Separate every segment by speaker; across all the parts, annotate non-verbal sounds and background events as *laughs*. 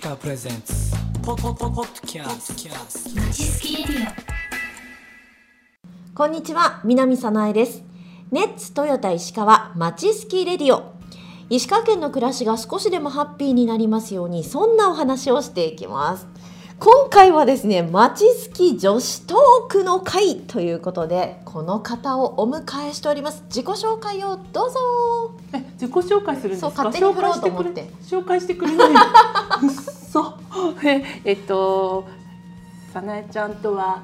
Speaker 1: カプレゼンツポポポポッドキャスト
Speaker 2: こんにちは、南さなえです。ネッツトヨタ石川まちすきレディオ。石川県の暮らしが少しでもハッピーになりますように、そんなお話をしていきます。今回はですね、まちすき女子トークの会ということで、この方をお迎えしております。自己紹介をどうぞ。
Speaker 3: え自己紹介するんですか。
Speaker 2: そう勝手に振ろうと思って
Speaker 3: 紹介してくれ紹
Speaker 2: *laughs*
Speaker 3: 介してくれない。うっそ。ええっとさなえちゃんとは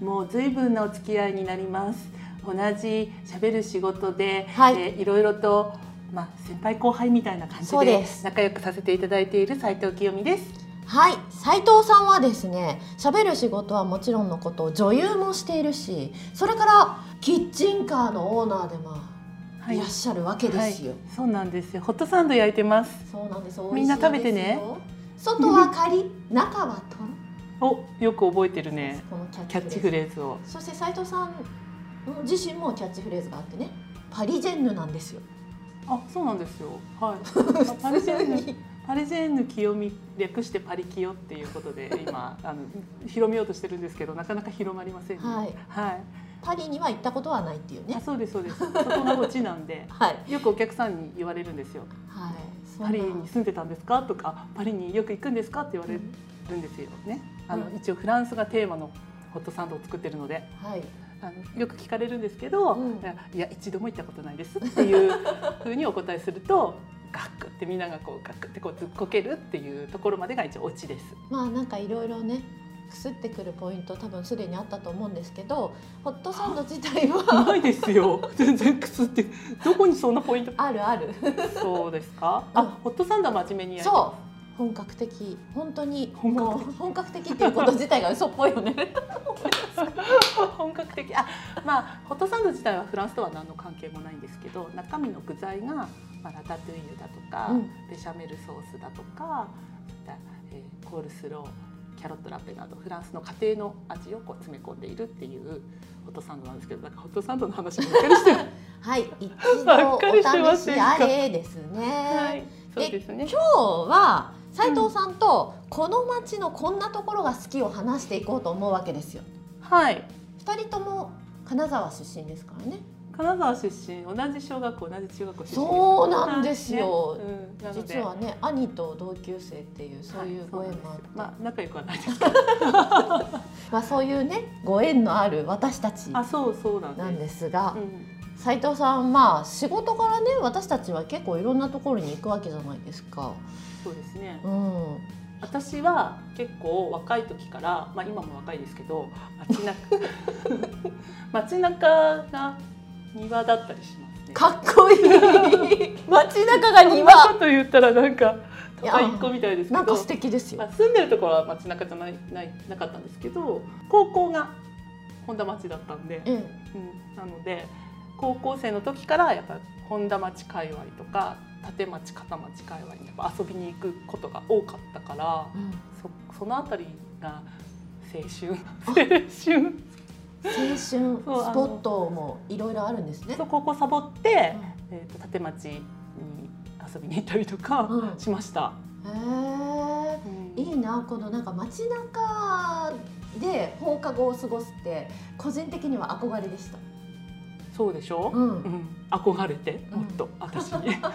Speaker 3: もう随分なお付き合いになります。同じ喋る仕事で、
Speaker 2: はい
Speaker 3: えいろいろとまあ先輩後輩みたいな感じ
Speaker 2: そうで
Speaker 3: です仲良くさせていただいている斉藤清美です。
Speaker 2: はい、斉藤さんはですね、喋る仕事はもちろんのこと、女優もしているし、それからキッチンカーのオーナーでもいらっしゃるわけですよ。
Speaker 3: そうなんですよ。ホットサンド焼いてます。
Speaker 2: そうなんです。
Speaker 3: みんな食べてね
Speaker 2: 美味しいですよ。外はカリッ、中はトロ。
Speaker 3: およく覚えてるね。
Speaker 2: このキャ
Speaker 3: キャッ
Speaker 2: ッチ
Speaker 3: チ
Speaker 2: フ
Speaker 3: フ
Speaker 2: レーズ。
Speaker 3: レーズを。
Speaker 2: そして斉藤さん自身もキャッチフレーズがあってね、パリジェンヌなんですよ。
Speaker 3: あそうなんですよ。はい。パルシェンヌ
Speaker 2: 普通に
Speaker 3: パリジェンヌ清美略してパリキヨっていうことで
Speaker 2: *laughs*
Speaker 3: 今あの広めようとしてるんですけどなかなか広まりませんね。
Speaker 2: はい
Speaker 3: はい。
Speaker 2: パリには行ったことはないっていう
Speaker 3: あ
Speaker 2: ね。。
Speaker 3: そうですそうです。そこがオチなんで
Speaker 2: *laughs* はい
Speaker 3: よくお客さんに言われるんですよ。
Speaker 2: はい。そんな
Speaker 3: パリに住んでたんですかとかパリによく行くんですかって言われるんですよね。あの
Speaker 2: うん
Speaker 3: 一応フランスがテーマのホットサンドを作ってるので
Speaker 2: はい。
Speaker 3: あのよく聞かれるんですけど、
Speaker 2: うん
Speaker 3: いや一度も行ったことないですっていうふうにお答えするとガックってみんながこうガックってこう突っこけるっていうところまでが一応オチです。
Speaker 2: まあなんかいろいろね。くすってくるポイント多分すでにあったと思うんですけどホットサンド自体は
Speaker 3: ないですよ。全然くすってどこにそんなポイント。
Speaker 2: あるある
Speaker 3: そうですか。
Speaker 2: うん
Speaker 3: あ、ホットサンドは真面目にやる。
Speaker 2: そう本格的本当に
Speaker 3: 本格
Speaker 2: もう本格的っていうこと自体が嘘っぽいよね
Speaker 3: *laughs* 本格的。あ、まあホットサンド自体はフランスとは何の関係もないんですけど、中身の具材がまあラタトゥイユだとか、
Speaker 2: うん
Speaker 3: ベシャメルソースだとか、そういったえーコールスロー、キャロットラペなどフランスの家庭の味をこう詰め込んでいるっていうホットサンドなんですけど、なんかホットサンドの話もばっかりしてる。
Speaker 2: *laughs* はい一
Speaker 3: ば
Speaker 2: 度
Speaker 3: っかりして
Speaker 2: お
Speaker 3: ま
Speaker 2: 試
Speaker 3: せん
Speaker 2: し
Speaker 3: か
Speaker 2: あれですね、
Speaker 3: はい、そうですね。
Speaker 2: 今日は斉藤さんとこの町のこんなところが好きを話していこうと思うわけですよ
Speaker 3: はい。
Speaker 2: 二人とも金沢出身ですからね
Speaker 3: 金沢出身同じ小学校同じ中学校出身です
Speaker 2: そうなんですよ
Speaker 3: はいねうんなので
Speaker 2: 実はね兄と同級生っていうそういうご縁もあ
Speaker 3: は
Speaker 2: っ
Speaker 3: い
Speaker 2: て、
Speaker 3: そう
Speaker 2: ま
Speaker 3: なんですよまあ仲良くはないですけど
Speaker 2: あそういうねご縁のある私たち
Speaker 3: あそうそうなんです
Speaker 2: なんですが
Speaker 3: うん
Speaker 2: 斉藤さんまあ仕事からね私たちは結構いろんなところに行くわけじゃないですか。
Speaker 3: そうですね
Speaker 2: うん、
Speaker 3: 私は結構若い時からまあ今も若いですけど
Speaker 2: *laughs*
Speaker 3: 街中街中が庭だったりしますね
Speaker 2: かっこい *laughs* い街中が
Speaker 3: そんな
Speaker 2: 庭
Speaker 3: こと言ったらなんか
Speaker 2: い
Speaker 3: 都
Speaker 2: や
Speaker 3: 会っ子みたいですけ
Speaker 2: な
Speaker 3: ど
Speaker 2: んか素敵ですよ
Speaker 3: ま。あ、住んでるところは街中じゃないないなかったんですけど高校が本田町だったんで
Speaker 2: うん、
Speaker 3: うん、なので高校生の時からやっぱ本田町界隈とか立町片町界隈にやっぱ遊びに行くことが多かったからそそのあたりが青春
Speaker 2: *laughs*
Speaker 3: 青春
Speaker 2: 青春スポ
Speaker 3: そうあ
Speaker 2: ッ
Speaker 3: の
Speaker 2: トもいろいろあるんですね
Speaker 3: そ。う高校サボって
Speaker 2: うん、
Speaker 3: えー、と立町に遊びに行ったりとか
Speaker 2: うん
Speaker 3: しました。
Speaker 2: へーいいなこのなんか街中で放課後を過ごすって個人的には憧れでした。
Speaker 3: そうでしょ、
Speaker 2: う、
Speaker 3: うんん、憧れて
Speaker 2: うん
Speaker 3: もっと、私に *laughs*
Speaker 2: あ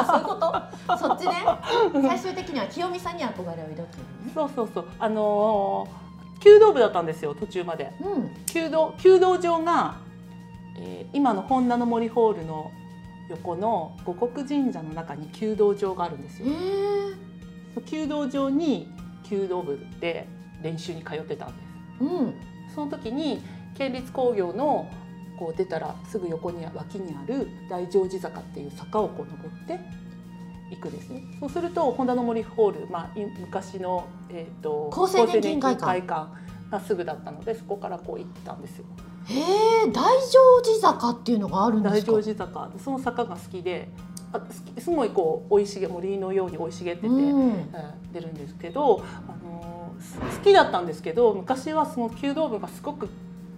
Speaker 2: あそういうこと。そっちね。最終的には清美さんに憧れを抱くのね。
Speaker 3: そうそうそうあのー弓道部だったんですよ途中まで
Speaker 2: うん。
Speaker 3: 弓道弓道場が、えー今の本田の森ホールの横の五穀神社の中に弓道場があるんです
Speaker 2: え
Speaker 3: よ。
Speaker 2: ー
Speaker 3: 弓道場に弓道部で練習に通ってたんで
Speaker 2: うん。
Speaker 3: す。その時に県立工業のこう出たらすぐ横に脇にある大乗寺坂っていう坂をこう登って行くですね。そうすると本田の森ホール、まあい昔のえっ、と
Speaker 2: 厚生年金会館
Speaker 3: 厚生年金がすぐだったのでそこからこう行ったんですよ。
Speaker 2: へえ大乗寺坂っていうのがあるんで
Speaker 3: 大
Speaker 2: すか。
Speaker 3: 乗寺坂その坂が好きであ好きすごいこう生い茂森のように生い茂ってて、うん
Speaker 2: うん。
Speaker 3: 出るんですけど、あのーす好きだったんですけど昔はその弓道部がすごく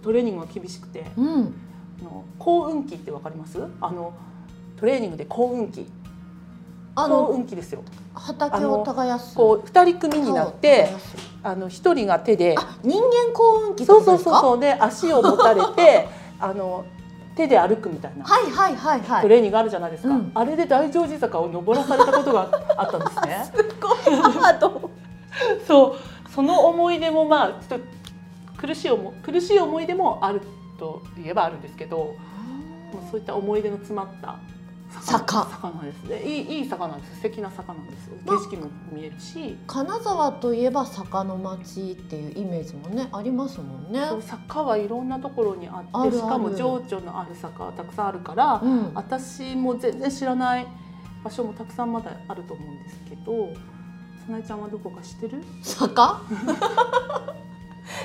Speaker 3: トレーニングが厳しくて
Speaker 2: うん。
Speaker 3: あの幸運期ってわかりますあのトレーニングで幸運期
Speaker 2: あ
Speaker 3: 幸
Speaker 2: の
Speaker 3: 運期ですよ
Speaker 2: 畑を耕す
Speaker 3: こう二人組になってあの一人が手で
Speaker 2: あ人間幸運期ってこ
Speaker 3: そうそ
Speaker 2: と
Speaker 3: う
Speaker 2: です
Speaker 3: そう
Speaker 2: か
Speaker 3: そうで足を持たれてあの手で歩くみたいな
Speaker 2: はいはいはいは
Speaker 3: ト
Speaker 2: い
Speaker 3: レーニングあるじゃないですか、
Speaker 2: うん
Speaker 3: あれで大乗寺坂を登らされたことがああったんです
Speaker 2: *laughs*
Speaker 3: ね
Speaker 2: すごいハード
Speaker 3: *laughs* そうその思い出もまあちょっと苦しい思苦しい思い出もあるといえばあるんですけどもうそういった思い出の詰まった
Speaker 2: 坂
Speaker 3: 魚ですねいいいい魚なんです素敵な魚なんですよ
Speaker 2: まあ
Speaker 3: 景色も見えるし
Speaker 2: 金沢といえば坂の町っていうイメージもねありますもんね。
Speaker 3: そう坂はいろんなところにあって
Speaker 2: あるある
Speaker 3: しかも情緒のある坂はたくさんあるから、
Speaker 2: うん、
Speaker 3: 私も全然知らない場所もたくさんまだあると思うんですけどさなえちゃんはどこか知ってる
Speaker 2: 坂 *laughs*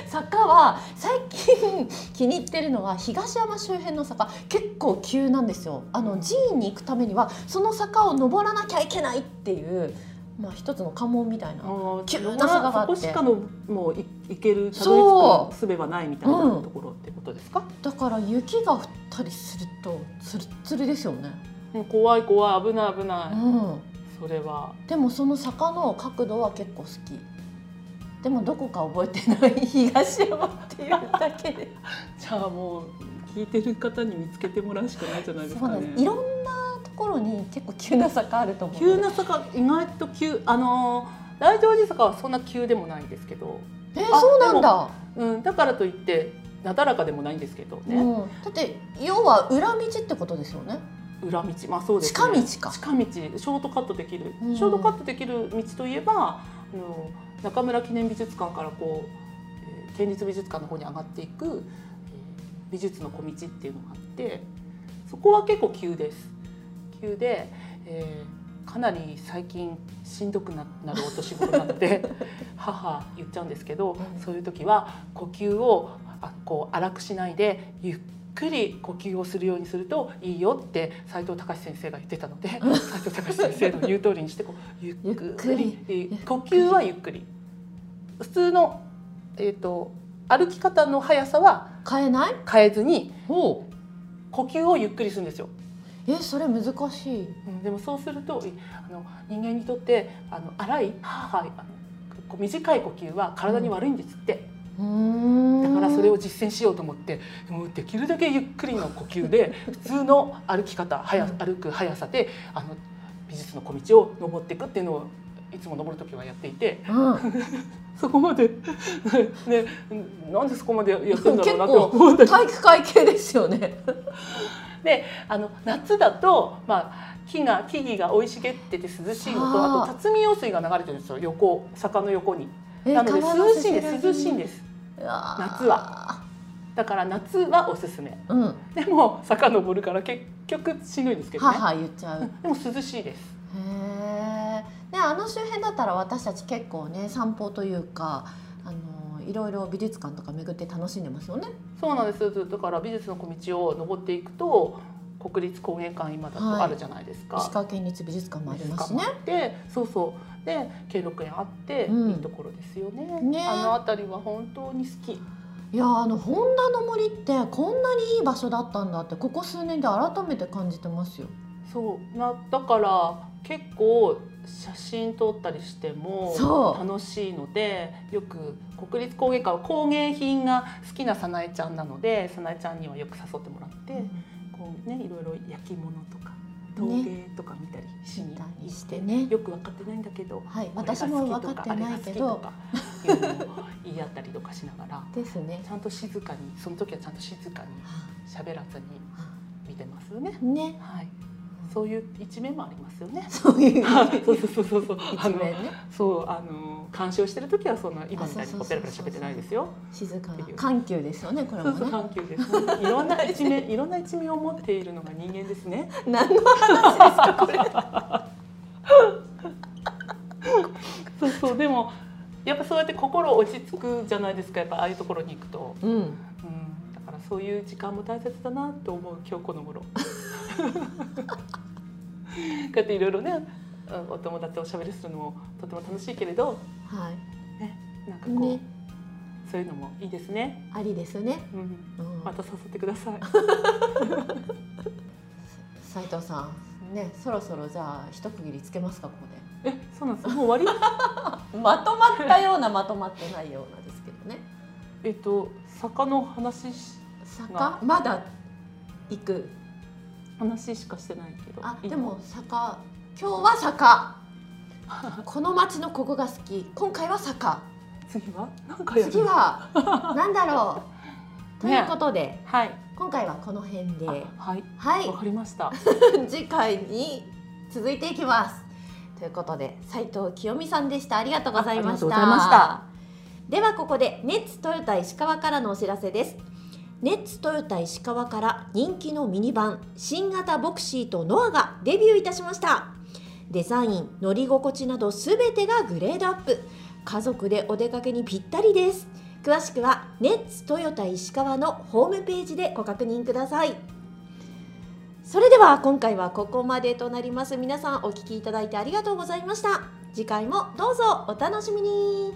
Speaker 2: 坂は最近気に入ってるのは東山周辺の坂結構急なんですよあの寺院に行くためにはその坂を登らなきゃいけないっていう、まあ、一つの関門みたいな、
Speaker 3: あ
Speaker 2: 急な坂があ
Speaker 3: そ
Speaker 2: って
Speaker 3: こしかのもうい行ける
Speaker 2: そ
Speaker 3: たど
Speaker 2: う
Speaker 3: り着く術はないみたいな
Speaker 2: うん
Speaker 3: ところってことですか、
Speaker 2: だから雪が降ったりするとツルツルですよね、
Speaker 3: もう怖い怖い危ない危な
Speaker 2: う
Speaker 3: い、
Speaker 2: ん、
Speaker 3: それは
Speaker 2: でもその坂の角度は結構好きでもどこか覚えてない東山っていうだけで
Speaker 3: じゃあもう聞いてる方に見つけてもらうしかないじゃないです
Speaker 2: そう
Speaker 3: か
Speaker 2: なん
Speaker 3: ね
Speaker 2: ですいろんなところに結構急な坂あると思うので
Speaker 3: 急な坂意外と急あのー大乗寺坂はそんな急でもないんですけど、
Speaker 2: えー
Speaker 3: あ
Speaker 2: そうなんだ、
Speaker 3: うん、だからといってなだらかでもないんですけど
Speaker 2: う
Speaker 3: ね、
Speaker 2: ん、だって要は裏道ってことですよね
Speaker 3: 裏道まあそうです、
Speaker 2: 近道か
Speaker 3: 近道ショートカットできる、
Speaker 2: うん
Speaker 3: ショートカットできる道といえばあの中村記念美術館からこう、えー県立美術館の方に上がっていく、えー美術の小道っていうのがあってそこは結構急です急で、えーかなり最近しんどくななるお年頃なの
Speaker 2: *laughs*
Speaker 3: で母言っちゃうんですけど、
Speaker 2: うん
Speaker 3: そういう時は呼吸をあこう荒くしないでゆっくり呼吸をするようにするといいよって斉藤隆先生が言ってたので斉藤隆先生の言う通りにしてこうゆっく
Speaker 2: ゆ
Speaker 3: り
Speaker 2: っくり
Speaker 3: 呼吸はゆっくり普通の、えー、と歩き方の速さは
Speaker 2: 変えない
Speaker 3: 変えずに呼吸をゆっくりするんですよ。
Speaker 2: えそれ難しい
Speaker 3: うんでもそうするといあの人間にとってあの荒いはあはああのこう短い呼吸は体に悪いんですって、
Speaker 2: うーん
Speaker 3: だからそれを実践しようと思ってもうできるだけゆっくりの呼吸で普通の歩き方はや歩く速さであの美術の小道を登っていくっていうのをいつも登る時はやっていて
Speaker 2: うん、
Speaker 3: そこまでねなんでそこまでやってるんだろうな
Speaker 2: 結構
Speaker 3: と思ったり
Speaker 2: 体育会系ですよね。
Speaker 3: であの夏だと、まあ、木が木々が生い茂ってて涼しいのと
Speaker 2: はあ
Speaker 3: あと辰巳用水が流れてるんですよ横坂の横に。
Speaker 2: え
Speaker 3: *laughs* なので涼しいんです涼しいん
Speaker 2: で
Speaker 3: です
Speaker 2: 夏は
Speaker 3: は。だから夏はおすすめ
Speaker 2: うん、
Speaker 3: でも坂登るから結局しんどいですけどね
Speaker 2: 母言っちゃう。へ
Speaker 3: でも涼しいです
Speaker 2: え。ねあの周辺だったら私たち結構ね散歩というかあのいろいろ美術館とか巡って楽しんでますよね。
Speaker 3: そうなんですだから美術の小道を登っていくと国立工芸館今だ
Speaker 2: はい
Speaker 3: とあるじゃないですか、
Speaker 2: 石川県立美術館もありますしね。
Speaker 3: でそうそうで兼六園あって、
Speaker 2: うん
Speaker 3: いいところですよね
Speaker 2: ね
Speaker 3: あの辺りは本当に好き
Speaker 2: いやーあの本田の森ってこんなにいい場所だったんだってここ数年で改めて感じてますよ。
Speaker 3: そうなだから結構写真撮ったりしても
Speaker 2: そう
Speaker 3: 楽しいのでよく国立工芸館は工芸品が好きな早苗ちゃんなので早苗ちゃんにはよく誘ってもらって、こうねいろいろ焼き物とか陶芸とか見たりしに行って,、
Speaker 2: してね
Speaker 3: よく分かってないんだけど
Speaker 2: はい
Speaker 3: これが好
Speaker 2: 私
Speaker 3: きと
Speaker 2: も分かってないけど
Speaker 3: あれが好きとかいうのを言い合ったりとかしながら
Speaker 2: ですね
Speaker 3: ち。ゃんと静かにその時はちゃんと静かに喋らずに見てますよね。
Speaker 2: ね。
Speaker 3: はい。そういう一面もありますよね
Speaker 2: そういう
Speaker 3: *laughs* そうそうそうそう。
Speaker 2: 一
Speaker 3: あ
Speaker 2: 面
Speaker 3: の
Speaker 2: ね
Speaker 3: そうあの鑑賞してる時はそんな今みたいにこうペラペラ喋ってないですよ。
Speaker 2: 静かな
Speaker 3: っていう
Speaker 2: 緩急ですよねこれ
Speaker 3: そ
Speaker 2: も
Speaker 3: うそう
Speaker 2: ね
Speaker 3: 緩急です、ね。いろんな一 *laughs* 面いろんな一面を持っているのが人間ですね。
Speaker 2: 何の話ですかこれ
Speaker 3: *laughs* そうそうでもやっぱそうやって心落ち着くじゃないですか。やっぱああいうところに行くと。
Speaker 2: うん
Speaker 3: うん。だからそういう時間も大切だなと思う今日この頃。 *laughs* こうやっていろいろねうんお友達とおしゃべりするのもとても楽しいけれど
Speaker 2: はい
Speaker 3: なんかこう、
Speaker 2: ね
Speaker 3: そういうのもいいですね。
Speaker 2: ありですね、
Speaker 3: うん、
Speaker 2: うん *laughs*
Speaker 3: また誘ってください。
Speaker 2: 斉藤さんね、そろそろじゃあ一区切りつけますかここで
Speaker 3: えそうなんですもう
Speaker 2: *laughs*
Speaker 3: 終わり
Speaker 2: まとまったようなまとまってないようなですけどね
Speaker 3: えっと坂の話し
Speaker 2: 坂
Speaker 3: ま
Speaker 2: まだ行く
Speaker 3: 話しかしてないけど
Speaker 2: あ
Speaker 3: いい
Speaker 2: でも坂今日は坂この町のここが好き今回は坂
Speaker 3: 次はなんかやる
Speaker 2: 次はなんだろ *laughs* うということで、
Speaker 3: はい
Speaker 2: 今回はこの辺で
Speaker 3: あはい
Speaker 2: はい
Speaker 3: わかりました
Speaker 2: 次回に続いていきます。ということで斉藤清美さんでした。ありがとうございました。
Speaker 3: あありがとうございました
Speaker 2: ではここでネッツトヨタ石川からのお知らせです。ネッツトヨタ石川から人気のミニバン新型ボクシーとノアがデビューいたしました。デザイン、乗り心地などすべてがグレードアップ。家族でお出かけにぴったりです。詳しくはネッツトヨタ石川のホームページでご確認ください。それでは今回はここまでとなります皆さんお聞きいただいてありがとうございました次回もどうぞお楽しみに